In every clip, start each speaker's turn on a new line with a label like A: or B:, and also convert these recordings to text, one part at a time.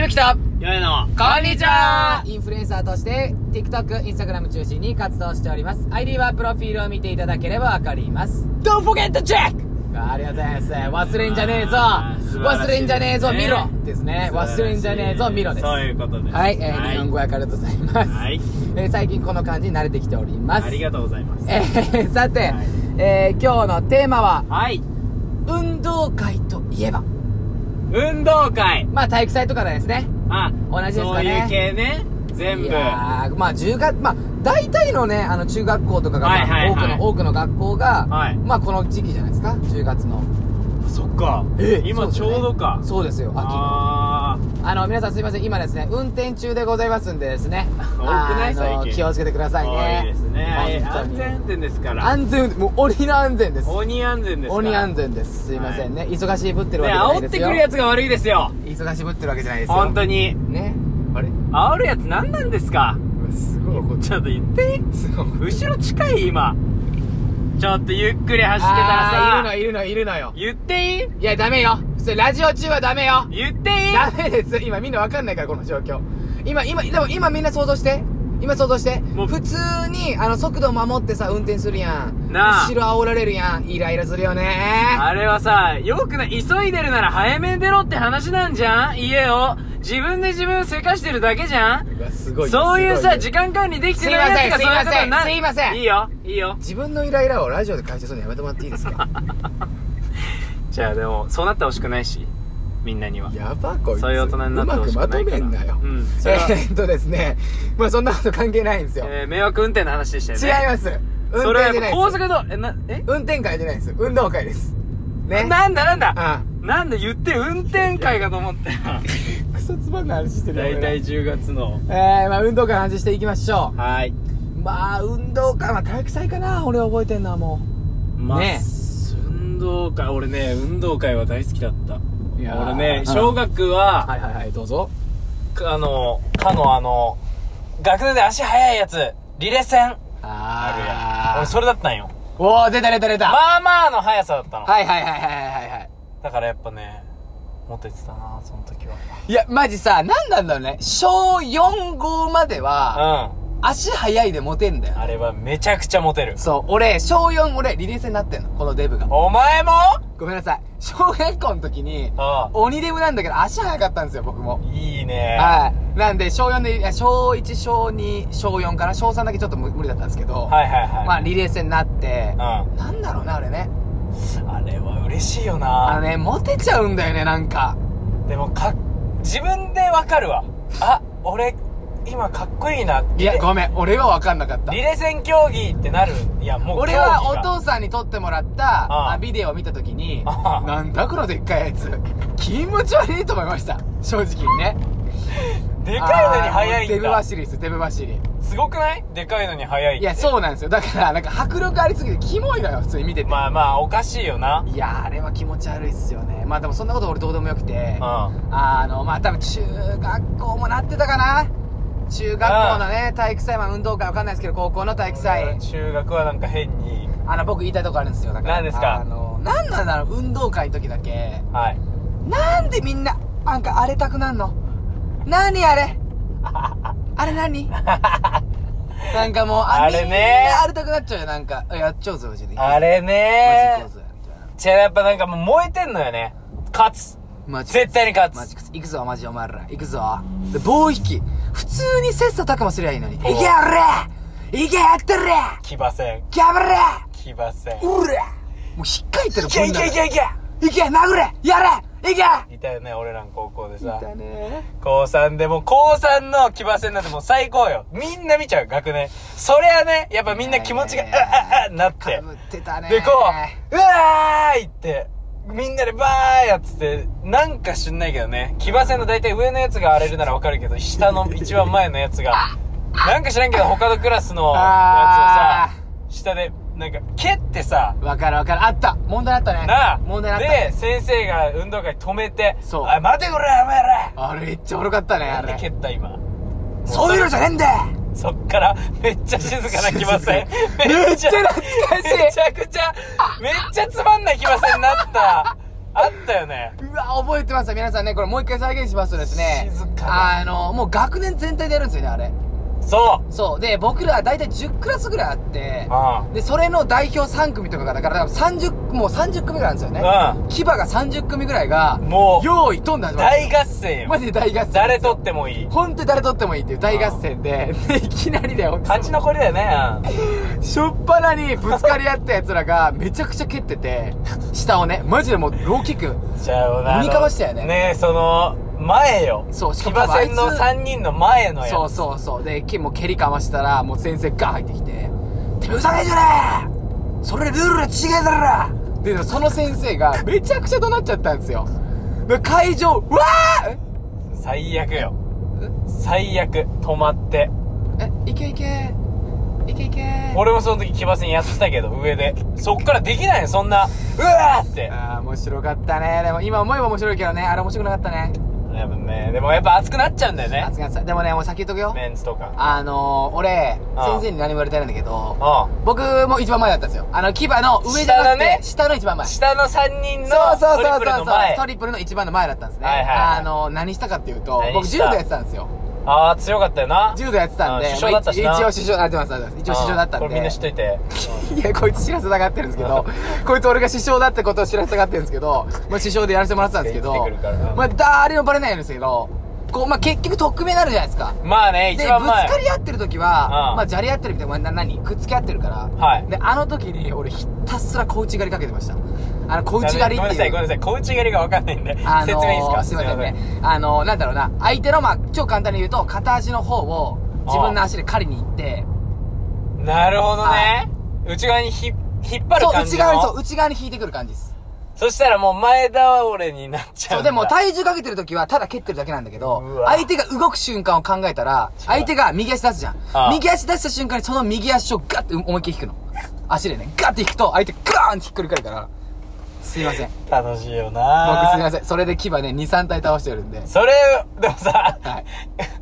A: るきた
B: よいの
A: こんにちは
C: インフルエンサーとして TikTok、Instagram 中心に活動しております。ID はプロフィールを見ていただければわかります。
A: Don't forget to check!
C: ありがとうございます。忘れんじゃねえぞ
B: あー素晴らし
C: 忘
B: いですね
C: れんじゃねえぞ見ろですね。
B: 素晴らしい
C: 忘れんじゃねえぞ見ろです。
B: そういうことです
C: はい、えー日本語
B: は
C: 訳ありがとうございます。
B: はい
C: えー最近この感じに慣れてきております。
B: ありがとうございます
C: えー さて、
B: はい
C: えー今日のテーマは、
B: はい
C: 運動会といえば。
B: 運動会
C: まあ体育祭とかですね。
B: あ
C: 同じですかね
B: そういう系ね全
C: い
B: 部
C: やーまあ10月、まあ大体のね、あの中学校とかが、まあ
B: はいはいはい
C: 多くの、多くの学校が、
B: はい
C: まあこの時期じゃないですか、10月の。
B: そっか今ち
C: そです
B: ょ
C: ね
B: うどか
C: そうですよ、秋の。
B: あ
C: あの、皆さんすいません、今ですね、運転中でございますんでですね。
B: 多く
C: あ
B: ない
C: の
B: 最近
C: 気をつけてくださいね。
B: 多いですねはい
C: 本当
B: 安
C: に
B: 全運転ですから
C: 安全運転、もう鬼の安全です。
B: 鬼安全ですから
C: 鬼安
B: 全
C: 全です。すいませんね、忙しいぶってるわけじゃない
B: 煽
C: で
B: っ
C: す
B: て
C: よ。
B: くるやつが悪いですよ
C: 忙しぶってるわけじゃないですよ。
B: 本当に
C: ね。あれ
B: 煽るやつ何なんですか
C: すごい怒っ
B: ちょっと言って
C: すごい怒っ
B: 後ろ近い今ちょっとゆっくり走ってた
C: あ
B: ら
C: ー
B: さ
C: いるのいるのいるのよ。
B: 言っていい
C: いや、ダメよ。それラジオ中はダメよ。
B: 言っていい
C: ダメです。今みんなわかんないから、この状況。今、今、でも今みんな想像して。今想像して。
B: もう
C: 普通に、あの、速度守ってさ、運転するやん。
B: なあ
C: 後ろ煽られるやん。イライラするよね。
B: あれはさ、よくない、急いでるなら早めに出ろって話なんじゃん家を。自分で自分をせかしてるだけじゃん
C: うわす
B: そういうさ、
C: す
B: 時
C: ご
B: 間管理できてないやつが
C: す
B: そ
C: いう
B: い
C: ま
B: うこと
C: せ
B: に
C: ん
B: なる。
C: すいませんすいません
B: いいよ、いいよ。
C: 自分のイライラをラジオで解消するのやめてもらっていいです か
B: じゃあでも、そうなってほしくないし、みんなには。
C: やばこいつ。
B: そういう大人になってほしくな
C: うま
B: いから
C: くまとめんなよ。
B: うんそれ
C: え
B: は
C: ーっとですね。まあそんなこと関係ないんですよ。
B: えー、迷惑運転の話でしたよね。
C: 違います。運
B: それ
C: 転
B: はやっ
C: じゃない
B: ぱ高
C: です。
B: 速道、え、な、え
C: 運転会じゃないです。運動会です。ね。
B: なんだなんだ
C: あ
B: なんだ言って運転会かと 思ったよ。
C: クソつまんない話してる
B: 大体10月の。
C: えー、まあ運動会の話していきましょ
B: はい。
C: う。まあ、運動会、まあ体育祭かな俺覚えてんのはも
B: まあ、
C: ね
B: 運動会俺ね運動会は大好きだった
C: う。い
B: 俺ね小学は、
C: はいはいはい、どうぞ。
B: あのかのあの学年で足速いやつリレー戦
C: あ
B: 俺それだったんよ
C: おー、出た出た出た。
B: まあまあの速さだったの、
C: はいはいはいはいはいはい。
B: だからやっぱねモテてたなその時
C: いや、マジさ、なんなんだろうね。小4号までは、
B: はうん
C: 足速いでモテんだよ。
B: あれはめちゃくちゃモテる
C: そう、俺、小4、俺、リレー戦になってんの。このデブが。
B: お前も
C: ごめんなさい。小学校の時に、
B: あ
C: 鬼デブなんだけど、足速かったんですよ、僕も。
B: いいね
C: はい。なんで、小4で、いや小1、小2、小4から小3だけちょっと無無理だったんですけど、
B: はいはいはい、
C: まあ、リレー戦になって、
B: うん
C: なんだろうな、あれね。
B: あれは嬉しいよ
C: あの
B: な
C: ね、モテちゃうんだよね、なんか。
B: でもか自分でわかるわあ俺今かっこいいない
C: や、ごめん、俺は分かんなかった
B: リ。レー戦競技ってなるいやもう
C: 俺はお
B: 音
C: 父さんに撮ってもらった
B: ああ
C: あビデオを見たときに
B: ああ
C: なんだこのでっかいやつ気持ち悪いと思いました正直にね
B: でかいのに速
C: ああ
B: い
C: デ
B: ん
C: ブ
B: だ
C: 走りですデブ走り
B: すごくないでかいのに速いって
C: いやそうなんですよだからなんか迫力ありすぎてキモいのよ普通に見てて、
B: まあまあおかしいよない
C: やーあれは気持ち悪いっすよねまあでもそんなこと俺どうでもよくて
B: うん
C: あのまあ多分中学校もなってたかな中学校のね体育祭まあ運動会わかんないですけど高校の体育祭
B: 中学はなんか変に
C: あの僕言いたいとこあるんですよだから
B: 何ですか
C: あのなんなんだろう運動会の時だけ
B: はい
C: なんでみんな、なんか荒れたくなんの何あ れあれ何なんかもう、
B: あ
C: み
B: れね
C: んな荒れたくなっちゃうよ、なんか。やっちゃうぞ、うちで。
B: あれ
C: マ
B: ね
C: ジ行こうぜみたいな
B: じゃあやっぱなんかもう燃えてんのよね勝つ
C: マジ
B: 絶対に勝
C: マ
B: つ
C: ジ行くぞ、マジお前ら。行くぞ。で、棒引き。普通に切磋琢磨すりゃいいのに。いけ
B: う
C: やれいけやってれ
B: 騎馬戦
C: ギャブれ
B: 騎馬戦
C: うれもう引っかいてる
B: いけいけいけいけ
C: いけ殴れやれいけ
B: いたよね俺らの高校でさ
C: だね
B: 高3でもう高3の騎馬戦なんてもう最高よみんな見ちゃう学年そりゃねやっぱみんな気持ちが
C: い
B: あ
C: やいやいや
B: ああなって
C: かぶってたね
B: でこううわーいってみんなでバーやっつってなんか知んないけどね騎馬戦の大体上のやつが荒れるならわかるけど下の一番前のやつがなんか知らんけど他のクラスのやつ
C: あ
B: はさ下でなんか蹴ってさ
C: わかるわかる。あった問題あったね。
B: なあ
C: 問題あった、
B: で
C: ね。
B: 先生が運動会止めて
C: そう
B: あ待てこれお前ら
C: あれめっちゃおもろかったね、あ
B: なんで蹴
C: れ。
B: った今
C: そういうのじゃねえんだよ
B: そっからめっちゃ静かな騎馬戦
C: めっちゃ懐かしい
B: めちゃくちゃめっちゃつまんない騎馬戦になったあったよね。
C: うわ、覚えてますよ。皆さんね、これもう一回再現しますとですね。
B: 静かだ
C: あの、もう学年全体でやるんですよね、あれ。
B: そう。
C: そう。で、僕ら大体10クラスぐらいあって、
B: あ
C: で、それの代表3組とかが、だから多分30、もう30組ぐらいなんですよね。
B: あ。うん。
C: 牙が30組ぐらいが、
B: もう
C: 用意とんだ始まる。
B: 大合戦よ
C: マ。ジで大合戦。
B: 誰とってもいい。
C: ほんとに誰とってもいいっていう大合戦で、でいきなりだよ、
B: 勝ち残りだよね。うん
C: しょっぱなにぶつかり合った奴らが、めちゃくちゃ蹴ってて、下をね、マジでもうローキック。
B: じゃあ、あの
C: 鬼かわしたよね
B: ねえ、その、前よ。
C: そうしかも
B: 騎馬戦の
C: あいつ
B: 3人の前のやつ。
C: そうそうそう。で、けもう蹴りかましたら、もう先生ガー入ってきて、てめえふざけんじゃねえそれルールが違えだろで、その先生が、めちゃくちゃ怒鳴っちゃったんですよ。で会場、うわー
B: 最悪よ。最悪。止まって。
C: え、いけいけ。いけいけ。
B: 俺もその時騎馬戦やってたけど、上で。そっからできないよ、そんな。うわーって。
C: ああ、面白かったね。でも今思えば面白いけどね。あれ面白くなかったね。
B: やっぱね、でもやっぱ熱くなっちゃうんだよね。
C: 熱くなってた。でもね、もう先言っとくよ。
B: メンズとか。
C: あのー、俺、
B: ああ
C: 先生に何も言われてないんだけど、
B: う
C: 僕も一番前だったんですよ。あの、牙の上じゃなくて、下,、
B: 下だ
C: の
B: ね
C: 一番前。
B: ん。下の3人の
C: そうそう
B: トリ
C: そう
B: プル
C: そ
B: の
C: うそう
B: 前。
C: トリプルの一番の前だったんですね、
B: はいはいはい
C: あの何したかっていうと
B: 何
C: 僕
B: し
C: 柔
B: た
C: 道やってたんですよ
B: ああ、強かったよな。
C: 柔道やってたんで
B: あー首相だったしな
C: まあ一応師匠あってますあってます一応師匠だったんで
B: これみんな知っといて。
C: いやこいつ知らせたがってるんですけ どこいつ俺が師匠だってことを知らせたがってるんですけど、まあ、師匠でやらせてもらってたんですけ
B: 生
C: ど
B: きてくるからな
C: まあ誰もバレないんですけどこう、まあ、結局特組になるじゃないですか
B: まあ
C: で
B: ね、
C: ぶ
B: 一
C: つ
B: 番前。
C: かり合ってる時は、
B: うん
C: まあ、じゃれ合ってるみたいな、まあな何くっつき合ってるから、
B: はい
C: であの時に俺ひたすら小内刈りかけてましたあの小内刈りっていう
B: ごめんなさい、ごめんなさい。小内刈りがわかんないんで。説
C: あのー、
B: 明いいですか
C: すいませんね。あのー、なんだろうな。相手の、まあ、超簡単に言うと、片足の方を自分の足で狩りに行って、
B: すいませんなるほどね。内側にひ引っ張る
C: そう、
B: 感じ
C: 内
B: の。
C: 側に、そう、内側に引いてくる感じです。
B: そしたらもう前倒れになっち
C: そ
B: ゃうん
C: う、
B: だ。
C: でも体重かけてる時は、ただ蹴ってるだけなんだけ
B: う
C: ど、
B: わ
C: 相手が動く瞬間を考えたら、相手が右足出すじゃん
B: ああ。
C: 右足出した瞬間に、その右足をガッて思いっきり引くの。足でね、ガッて引くと、相手ガーンってひっくり返るから、すいません。
B: 楽しいよ
C: 僕
B: な
C: すいません。それで牙ね、2、3体倒してるんで。
B: それ、でもさ、
C: はい。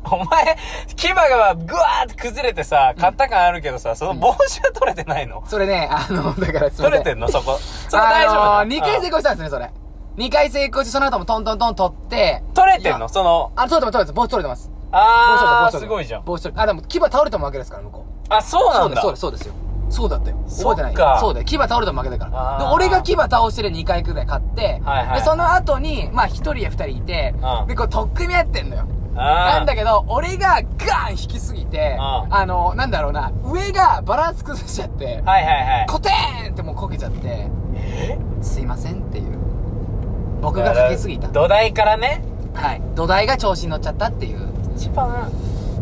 B: お前、牙がぐわーって崩れてさ、買った感あるけどさ、その帽子は取れてないの、
C: それね、あの、だからすいません、
B: 取れてんのそこ。そこ大丈夫なの、
C: あのー、2回成功したんですね、それ。2回成功して、その後もトントントン取って。
B: 取れてん
C: いや
B: のその、
C: あ、取れてます、取れてます。帽子取れてます。帽子取れて
B: あー、
C: ます
B: ごいじゃん。
C: 帽子取れてます。あ、でも、牙倒れたも負けですから、向こう。
B: あ、そうなんだ。
C: そうです、そうです、そうですよ。そうだったよ。
B: そ
C: 覚え
B: っか
C: てないよそうだよ。牙倒れたも負けだから。
B: あ
C: で
B: ー、
C: 俺が牙倒してで2回くらい勝って、
B: はいはい
C: で、その後に、まあ、1人や2人いて
B: う、ん
C: で、こう、とっくみ合ってんのよ。
B: あー
C: なんだけど、俺がガーン引きすぎて、
B: うん
C: あの、なんだろうな、上がバランス崩しちゃって、
B: はいはいはい。
C: コテーンってもうこけちゃって、すいませんっていう。僕がかけすぎた。
B: 土台からね、
C: はい。土台が調子に乗っちゃったっていう。
B: 一番、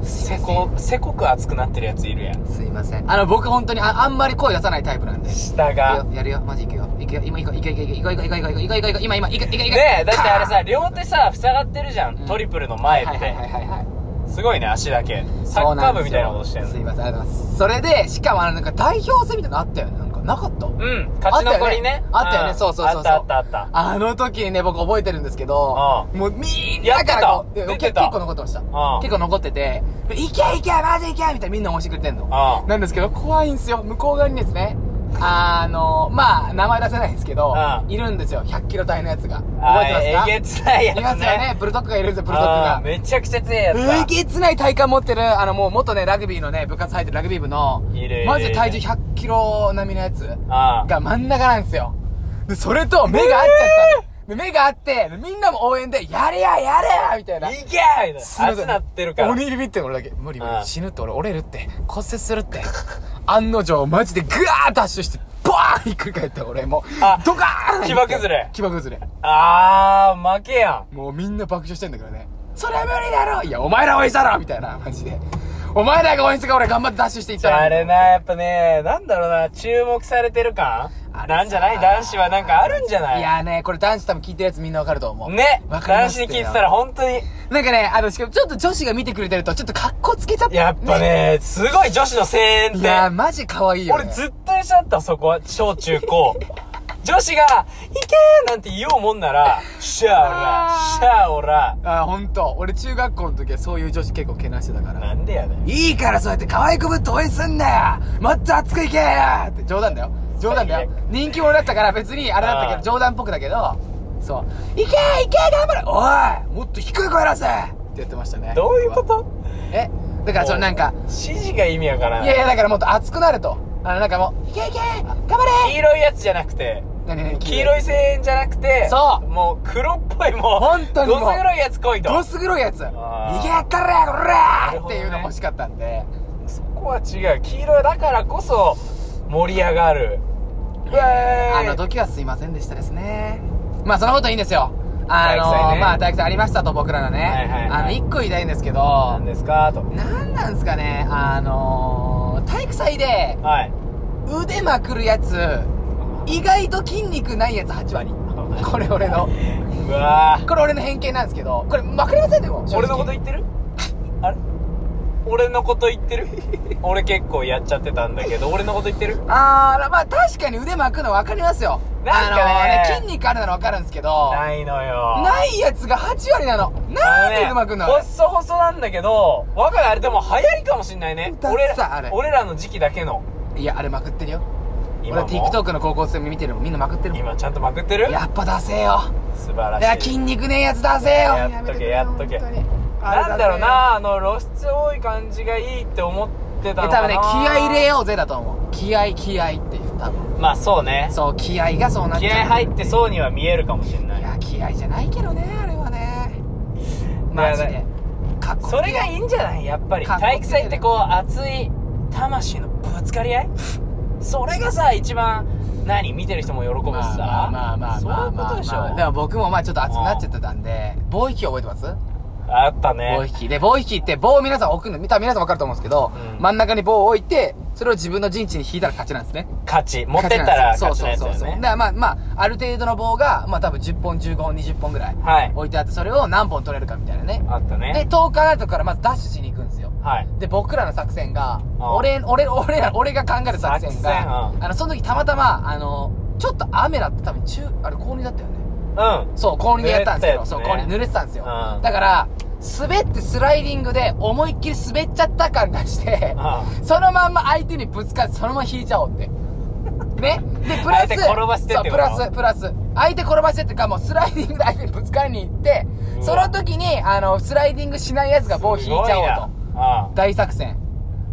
B: せこ、せこく熱くなってるやついるやん。
C: すいません。あの、僕本当にああんまり声出さないタイプなんで。い
B: 下
C: く
B: が
C: よ。やるよ。マジ行くよ。行くよ。今行こう。行くよ行こう行こう行こう行こう行こう行こう行こう行こう今今行く行く行く行く。
B: ねえ、だってあ れさ、両手さ、塞がってるじゃん。
C: うん
B: トリプルの前って。
C: はいはいはいはいはい。
B: すごいね、足だけ。サ
C: そう
B: ッ
C: な
B: カ
C: ん
B: ー
C: ですよ
B: 部みたいなことしてんの
C: すい。ません、ありがとうございます。それで、しかもあの、なんか代表戦みたいなのあったよね。なんかなかった
B: うん、勝ち残りね。
C: あったよねあったよね
B: ん
C: そうそうそうそう
B: あったあったあった。
C: あの時にね、僕覚えてるんですけど、
B: う
C: もうみんなからこう、
B: やってた
C: で
B: 出て
C: 結
B: た
C: 構残ってました。結構残ってて、でいけいけマジいけみたいなみんな応援してくれてんの。
B: うん
C: なんですけど、怖いんですよ。向こう側にですね、あの、まあ、名前出せないんですけど、
B: うん
C: いるんですよ。100キロ体のやつが。覚えて
B: あ
C: ま
B: ー
C: すか
B: えげつないやつ
C: い
B: ね。
C: ますよね。ブルドッグがいるんですよ、ブルドッグ
B: あ
C: が
B: ー。めちゃくちゃ強いやつだ。
C: えげつない体幹持ってる、あのもう元ね、ラグビーのね、部活入ってるラグビー部の
B: いる、
C: マジで体重100キロ並みのやつ
B: あー
C: が真ん中なんですよ。で、それと目が合っちゃったの。で、目が合って、でみんなも応援で、やれややれやみたいな。
B: いけーみたいな。
C: すいませ
B: 熱
C: ん
B: なってるから。
C: 鬼ビビってんの俺だけ。無理無
B: あ
C: 理。
B: あ
C: 死ぬって俺折れるって。骨折するって。案の定、マジでグワーッダッシュして、バーンひっくり返った俺も
B: あ
C: う、ドカーン
B: 牙崩れ
C: 牙崩れ。
B: あー、負けや
C: もうみんな爆笑してんだけどね。それは無理だろいや、お前ら応援したろみたいな、マジで。お前らが応援したから俺頑張ってダッシュしていっ
B: ん。
C: たのに
B: あれな、やっぱね、なんだろうな、注目されてる感
C: あれさ
B: なんじゃない男子はなんかあるんじゃない
C: いやーね、これ男子多分聞いてるやつみんなわかると思う。
B: ね、
C: わかりま
B: 男
C: す
B: 子
C: よ
B: に聞いてたら本当に、
C: なんかね、あの、しかもちょっと女子が見てくれてると、ちょっと格好つけちゃって。
B: やっぱ。ね、すごい女子の声援っ
C: い
B: て。
C: やー、マジ可愛いよ、ね。
B: 俺ずっと一緒だったそこは小中 高女子が「いけ!」なんて言おうもんなら「シャーラ
C: あー
B: シャーオラ
C: あー、ほんと。俺中学校の時はそういう女子結構けなしてたか」
B: な
C: ら。
B: んでやねん
C: いいからそうやって可愛くぶって応援すんなよもっと熱くいけよって冗談だよ。冗談だよ
B: 最。
C: 人気者だったから別にあれだったけ
B: あ
C: ど、
B: ー
C: 冗談っぽくだけど、そう「いけいけ頑張れおいもっと低い声出せ!」ってやってましたね
B: どういうこと
C: えだからそのなんか
B: 指示が意味わからん
C: いやいやだからもっと熱くなるとあのなんかもう「いけいけ頑張れ!
B: 黄色いやつじゃなくて」
C: 何何
B: 黄色い声援じゃなくて
C: そう
B: もう黒っぽいもう
C: 本当にもう
B: どす黒いやつ来いと
C: どす黒いやつ「い
B: あー
C: けやったらこら!」
B: る
C: っ
B: ほど
C: て
B: ね
C: いうの欲しかったんで
B: そこは違う黄色だからこそ盛り上がるうわ
C: あ
B: ーい
C: の時はすいませんでしたですね。まあそのことはいいんですよ。あの
B: 体育祭ね
C: まあ体育祭ありましたと僕らのね。
B: はいはいはい
C: あの、一個言いたいんですけど、
B: 何ですかと
C: なんなんですかね、あの体育祭で
B: はい
C: 腕まくるやつ、意外と筋肉ないやつ8割。 これ俺の、
B: うわー
C: これ俺の偏見なんですけど、これまくれませんでも。正直
B: 俺のこと言ってるあれ俺のこと 言ってる俺結構やっちゃってたんだけど俺のこと言ってる
C: あー、まあ確かに腕まくの分かりますよ。
B: なんかね
C: あの筋肉あるなら分かるんですけど、
B: ないのよ
C: ないやつが8割なの。なんで腕まくんの
B: あのね細細なんだけど若いあれでも流行りかもしんないね
C: だって
B: 俺
C: さあれ
B: ら俺らの時期だけの
C: いや、あれまくってるよ。俺
B: 今
C: は
B: も
C: TikTok の高校生見てるもんみんなまくってるもん
B: 今ちゃんとまくってる
C: やっぱ出せえよ
B: 素晴ら
C: いや
B: しい
C: 筋肉ねえやつ出せえよ
B: やっとけやっとけ
C: やめてくれよ本当に
B: なんだろう
C: あ
B: なあの露出多い感じがいいって思ってた
C: れ
B: の
C: 出せえよえ多
B: かな
C: 分ね気合い入れようぜだと思う気合気合っていう多分
B: まあそうね
C: そう気合がそうなっち
B: 気
C: ゃう
B: 合入ってそうには見えるかもしんないい
C: や気合じゃないけどねあれはねマジ
B: いや
C: で
B: ね
C: かっこつけ
B: それがいいんじゃないやっぱり
C: かっこつけて
B: 体育祭ってこう熱い魂のぶつ かり合いそれがさ一番何見てる人も喜ぶし
C: まあ
B: さ
C: まあまあまあ
B: そう
C: ま
B: い
C: あ
B: うこ
C: ま
B: と
C: あ
B: でし
C: まあでも
B: ょ
C: 僕もまあちょっと熱くなっちゃってたんで棒引き覚えてます
B: あった
C: 棒
B: ね
C: 引きで棒引きって棒を皆さん置くの見た皆さん分かると思うんですけど、
B: うん
C: 真ん中に棒を置いてそれを自分の陣地に引いたら勝ちなんですね
B: 勝ち持ってったら
C: そう
B: 勝ち
C: そ
B: の
C: う
B: やつだ
C: そうそ
B: よ
C: うだか
B: ね
C: らまあまあある程度の棒がまあ多分10本15本20本ぐらい
B: はい
C: 置いてあってそれを何本取れるかみたいなね
B: あった
C: で
B: ね
C: 10日アウトからまずダッシュしに行くんですよ
B: はい
C: で僕らの作戦が
B: あ
C: 俺俺俺ら俺が考える作戦
B: 作戦
C: が
B: うん
C: あのその時たまたまあのちょっと雨だって多分中あれ高2だったよね
B: うん
C: そう、高2でやったんですけど、
B: 濡れてた
C: そう、
B: やつね
C: 高2濡れてたんですよ。
B: うん
C: だから、滑ってスライディングで思いっきり滑っちゃった感がして、そのまんま相手にぶつかってそのまま引いちゃおうって。ねで、プラ
B: 相手
C: ス、
B: 転ばしてっ
C: そう、
B: てこ
C: プ
B: と
C: ラス、プラス。相手転ばしてってか、もうスライディングで相手にぶつかりに行って、
B: うわ
C: その時に、あの、スライディングしない奴が棒引いちゃおうと。
B: と
C: 大作戦。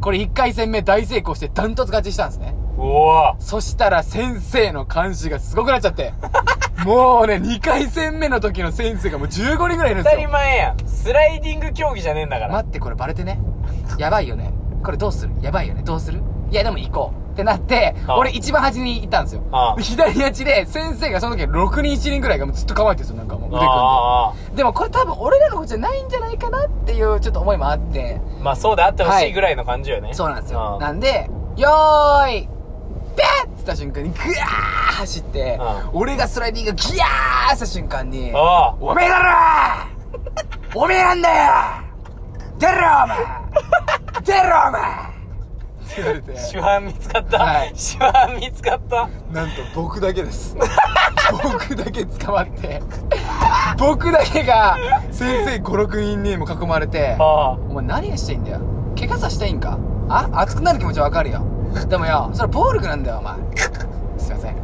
C: これ1回戦目大成功してダントツ勝ちしたんですね。
B: うんうわ
C: そしたら先生の監視がすごくなっちゃ って。もうね、2回戦目の時の先生がもう15人ぐらいいるんで
B: 当た
C: す
B: り
C: よ。
B: 前やんスライディング競技じゃねえんだから
C: 待って、これバレてね。やばいよね。これどうするやばいよね。どうするいや、でも行こう。ってなって、
B: あ
C: 俺一番端に行ったんですよ
B: あ。あ
C: 左立ちで、先生がその時6人1人ぐらいがもうずっと構えてるんですよ。なんかもう腕組ん
B: あああ
C: で。でもこれ多分俺らのことじゃないんじゃないかなっていうちょっと思いもあって。
B: あまあそうであってほ
C: は
B: し
C: い
B: いぐらいの感じよね
C: そうなんです
B: う
C: よ。
B: ん
C: なんで、よーい、ペッってった瞬間に、ぐわー走って、俺がスライディングギヤーした瞬間に、
B: あ
C: おめえだろーおめえなんだよ出ろお前出ろお前って言われて、
B: 主犯見つかった、
C: はい
B: 主犯見つかった
C: なんと僕だけです。僕だけ捕まって、僕だけが、先生5、6人にも囲まれて、
B: ああ
C: お前何がしたいんだよ怪我さしたいんかあ熱くなる気持ちわかるよでもよそれ暴力なんだよお前すいません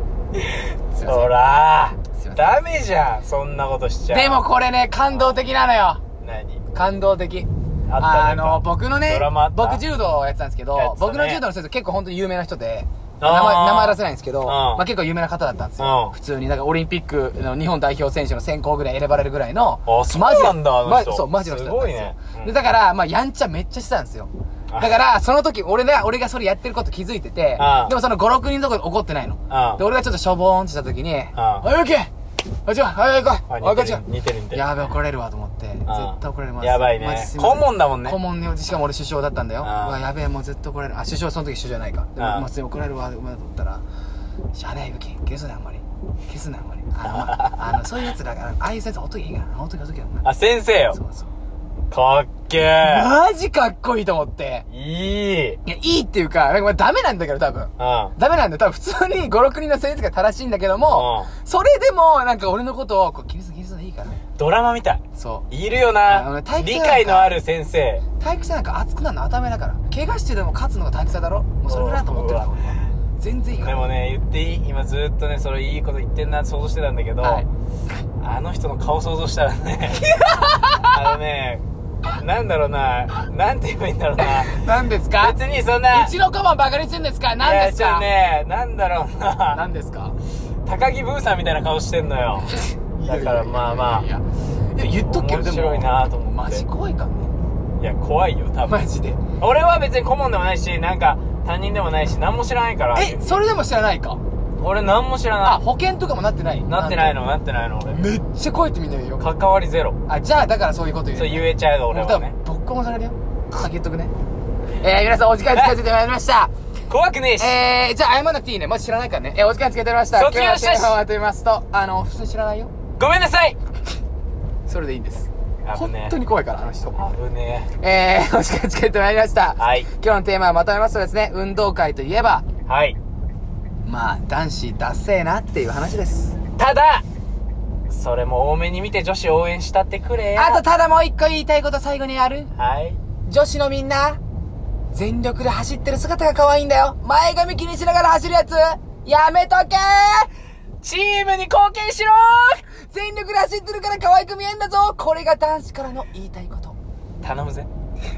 C: すいま
B: ほら
C: すいません
B: ダメじゃんそんなことしち
C: せ
B: ゃ
C: んでもこれね感動的なのよ
B: 何
C: 感動的
B: あったね
C: の僕のね
B: ドラマあった
C: 僕柔道をやってたんですけど、
B: やってたね
C: 僕の柔道の先生結構本当に有名な人で名
B: あー
C: 前名前出せないんですけど、
B: うん
C: まあ、結構有名な方だったんですよ
B: うん
C: 普通にだからオリンピックの日本代表選手の選考ぐらい選ばれるぐらいの
B: あそうなんだあの
C: マ
B: 人
C: ジそうマジの人だったんですよ
B: すごいねうん
C: でだから、まあ、やんちゃめっちゃしてたんですよだから、その時、俺が、俺がそれやってること気づいてて
B: う、ん
C: でもその5、6人のとこで怒ってないの。
B: ん
C: で、俺がちょっとしょぼーんってした時に、おい、行けあ、ちょ、はい、行こう。
B: あ
C: おい、こっ
B: 似
C: ち
B: てる似てる似てる
C: やべ、怒られるわと思って、絶対怒られます。
B: やばいね
C: マジすません
B: 顧問だもんね
C: 顧問ね、しかも俺首相だったんだよ。う
B: うん
C: わ、やべえ、もう絶対怒られる。あ、首相、その時首相じゃないか。でも、
B: うん
C: まあ普通に怒られるわ、ごめんなと思ったら、しゃあない、武器。消すな、あんまり。消すな、あんまり。あの、 まあ、あの、そういうやつだから、ああいうやつ、音いいから、音が、音が、お前
B: あ先生よ
C: そうそう。
B: かっけえ
C: マジかっこいいと思って。
B: いいうん
C: いや、いいっていうか、なんかまあダメなんだけど、多分。ダメなんだよ。多分普通に5、6人の先生が正しいんだけども、それでも、なんか俺のことを、こう、気にする気にするのいいから。
B: ドラマみたい
C: そう。
B: いるよ
C: あ
B: な
C: 俺体育
B: 理
C: なんか
B: 解のある先生
C: 体育祭なんか熱くなるの頭だから。怪我してでも勝つのが体育祭だろもうそれぐらいだと思ってるから、
B: おう
C: 俺は。全然いいか
B: で
C: ら
B: もね言っていい今ずっとねそれいいこと言ってんなって想像してたんだけど、
C: はい
B: あの人の顔想像した らねあのねなんだろうななんて言えばいいんだろうな
C: 何ですか
B: 別にそんな
C: うちの顧問バカにしてんですか何です
B: いやちょっ
C: か
B: とねなんだろうな
C: 何ですか
B: 高木ブーさんみたいな顔してんの よだからまあまあ
C: いやいやいや言っとくけどでも
B: 面白いなと思って
C: マジ怖いからね
B: いや怖いよ多分
C: マジで
B: 俺は別に顧問でもないしなんか他人でもないし何も知らないから
C: えそれでも知らないか
B: 俺何も知ら
C: あ
B: な
C: 保険とかもなってない
B: いなってないのなってないの俺
C: めっちゃ怖いってみんな言うよ
B: 関わりゼロ
C: あじゃあだからそういうこと言う
B: そう言えちゃうよ俺
C: もう多
B: はね
C: 分ボッコもされるよあ言っとくねえー、皆さんお時間近づいてまいりました
B: 怖くねえし
C: えー、じゃあ謝んなくていいねまず知らないからねえー、お時間つけてました
B: 卒業したし
C: 今日のテーマはと言いますとあの普通に知らないよ
B: ごめんなさい
C: それでいいんです
B: 危
C: 本
B: ね
C: 当に怖いからあの人
B: え危ね
C: えー、お時間つけてまいりました
B: えはい
C: 今日のテーマをまとめますとですね運動会といえば
B: はい
C: まあ男子ダッセーなっていう話です
B: ただそれも多めに見て女子応援したってくれや
C: あとただもう一個言いたいこと最後にある
B: はい
C: 女子のみんな全力で走ってる姿が可愛いんだよ前髪気にしながら走るやつやめとけ
B: チームに貢献しろ
C: 全力で走ってるから可愛く見えんだぞこれが男子からの言いたいこと
B: 頼むぜ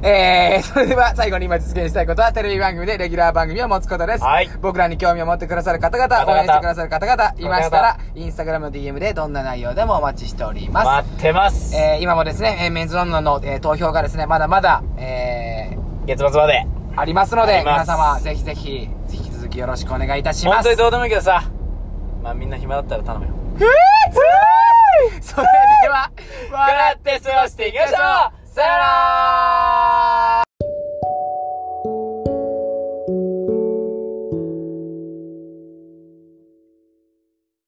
C: えー、それでは最後に今実現したいことはテレビ番組でレギュラー番組を持つことです。
B: はい
C: 僕らに興味を持ってくださる方々、
B: 々
C: 応援してくださる方々、いましたら、インスタグラムの DM でどんな内容でもお待ちしております。
B: 待ってます、
C: えー、今もですね、えーメンズノンノの、えー投票がですね、まだまだ、え
B: 月末まで
C: ー、ありますの
B: あ
C: で、
B: りま
C: 皆
B: す
C: 様、ぜひぜひ、引き続きよろしくお願いいたし
B: 本
C: ます。
B: 当にどうでもいいけどさまあみんな暇だったら頼むよ
C: それでは、
B: 笑って過ごしていきましょうさよなら